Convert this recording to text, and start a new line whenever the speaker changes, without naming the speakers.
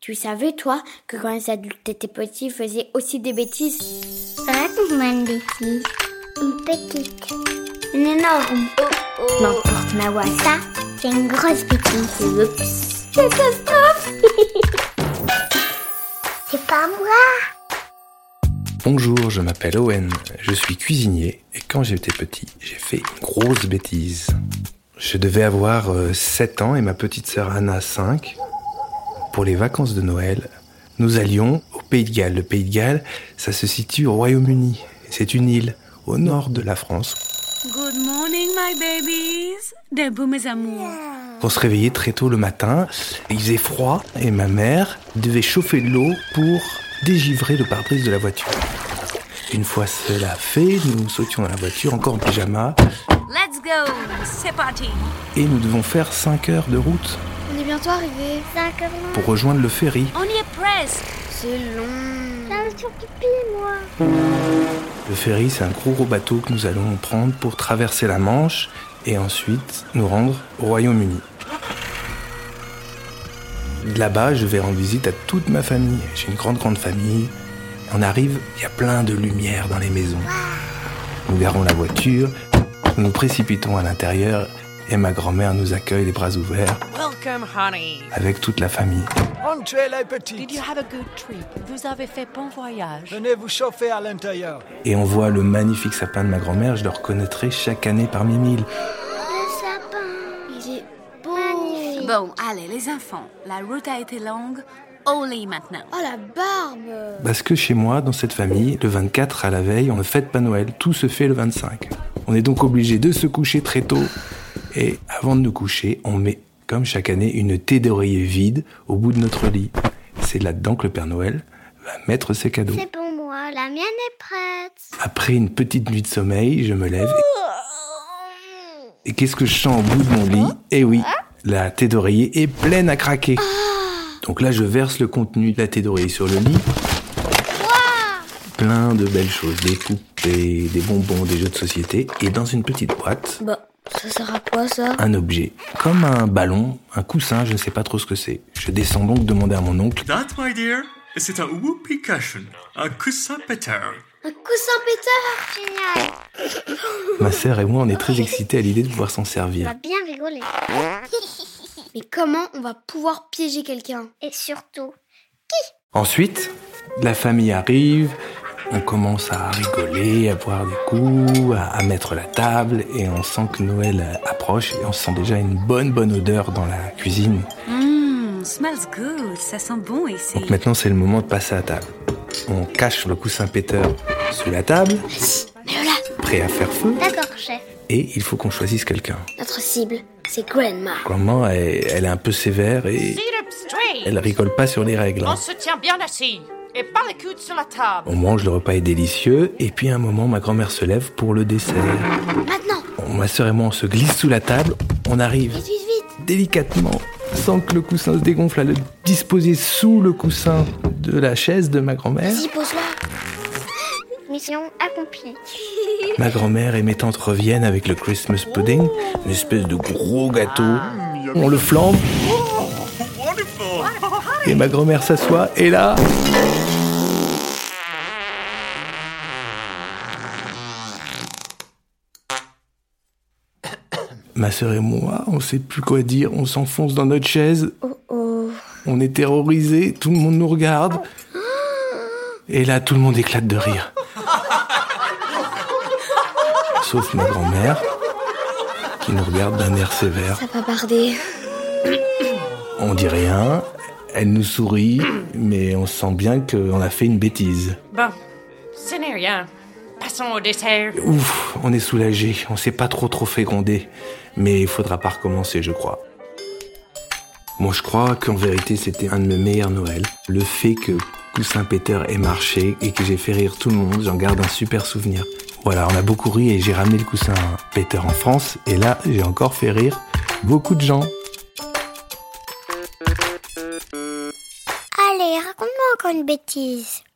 Tu savais, toi, que quand les adultes étaient petits, ils faisaient aussi des bêtises
Raconte-moi une bêtise. Une petite. Une énorme.
Oh, N'importe ma voix.
Ça, c'est une grosse bêtise.
Oups.
Catastrophe C'est pas moi
Bonjour, je m'appelle Owen, je suis cuisinier et quand j'étais petit, j'ai fait une grosse bêtise. Je devais avoir euh, 7 ans et ma petite sœur Anna 5. Pour les vacances de Noël, nous allions au Pays de Galles. Le Pays de Galles, ça se situe au Royaume-Uni. C'est une île au nord de la France.
Good morning, my babies. Debout, mes amours.
On se réveillait très tôt le matin, il faisait froid et ma mère devait chauffer de l'eau pour dégivrer le pare-brise de la voiture. Une fois cela fait, nous sautions dans la voiture, encore en pyjama,
Let's go. C'est parti.
et nous devons faire 5 heures de route
On est bientôt arrivé.
Ça commence.
pour rejoindre le ferry.
On y est presque.
C'est long.
J'avais surpipi, moi.
Le ferry, c'est un gros gros bateau que nous allons prendre pour traverser la Manche et ensuite nous rendre au Royaume-Uni. De Là-bas, je vais rendre visite à toute ma famille. J'ai une grande grande famille. On arrive, il y a plein de lumière dans les maisons. Nous garons la voiture, nous nous précipitons à l'intérieur et ma grand-mère nous accueille les bras ouverts
Welcome, honey.
avec toute la famille.
Entrez les
Did
petites.
you have a good trip? Vous avez fait bon voyage.
Venez vous chauffer à l'intérieur.
Et on voit le magnifique sapin de ma grand-mère, je le reconnaîtrai chaque année parmi mille.
Le sapin.
Il est beau.
Magnifique.
Bon, allez, les enfants. La route a été longue. Au lit maintenant.
Oh la barbe
Parce que chez moi, dans cette famille, le 24 à la veille, on ne fête pas Noël, tout se fait le 25. On est donc obligé de se coucher très tôt. Et avant de nous coucher, on met, comme chaque année, une thé d'oreiller vide au bout de notre lit. C'est là-dedans que le Père Noël va mettre ses cadeaux.
C'est pour moi. La mienne est prête.
Après une petite nuit de sommeil, je me lève. Et, et qu'est-ce que je sens au bout de mon lit Eh oui, la thé d'oreiller est pleine à craquer. Donc là, je verse le contenu de la thé d'oreiller sur le lit. Plein de belles choses, des poupées, des bonbons, des jeux de société. Et dans une petite boîte,
Bah, ça sert à quoi ça
un objet. Comme un ballon, un coussin, je ne sais pas trop ce que c'est. Je descends donc demander à mon oncle.
That, my dear, c'est un whoopee cushion, un coussin pétard.
Un coussin pétard
Génial.
Ma sœur et moi, on est très excités à l'idée de pouvoir s'en
On va
servir.
bien rigoler.
Mais comment on va pouvoir piéger quelqu'un
Et surtout,
Ensuite, la famille arrive, on commence à rigoler, à boire des coups, à, à mettre la table, et on sent que Noël euh, approche, et on sent déjà une bonne bonne odeur dans la cuisine.
Mmm, smells good. Ça sent bon ici.
Donc maintenant, c'est le moment de passer à table. On cache le coussin péteur sous la table, prêt à faire feu,
d'accord, chef.
et il faut qu'on choisisse quelqu'un.
Notre cible, c'est Grandma.
Comment elle, elle est un peu sévère et
Syrup straight.
elle rigole pas sur les règles. hein.
On se tient bien assis et pas les coudes sur la table.
On mange, le repas est délicieux, et puis à un moment, ma grand-mère se lève pour le dessert.
Maintenant
Bon, Ma sœur et moi, on se glisse sous la table, on arrive
Vite, vite, vite
délicatement, sans que le coussin se dégonfle, à le disposer sous le coussin de la chaise de ma grand-mère.
Vas-y, pose-la
Mission accomplie.
Ma grand-mère et mes tantes reviennent avec le Christmas pudding, une espèce de gros gâteau. On le flambe. Et ma grand-mère s'assoit, et là... Ma sœur et moi, on sait plus quoi dire, on s'enfonce dans notre chaise, on est terrorisés, tout le monde nous regarde. Et là, tout le monde éclate de rire. Sauf ma grand-mère, qui nous regarde d'un air sévère.
Ça va barder.
On dit rien, elle nous sourit, mais on sent bien qu'on a fait une bêtise.
Bon, ce n'est rien. Passons au dessert.
Ouf, on est soulagé, on s'est pas trop trop fait gronder. Mais il faudra pas recommencer, je crois. Moi, je crois qu'en vérité, c'était un de mes meilleurs Noël. Le fait que Coussin Peter ait marché et que j'ai fait rire tout le monde, j'en garde un super souvenir. Voilà, on a beaucoup ri et j'ai ramené le Coussin Peter en France. Et là, j'ai encore fait rire beaucoup de gens.
Allez, raconte-moi encore une bêtise.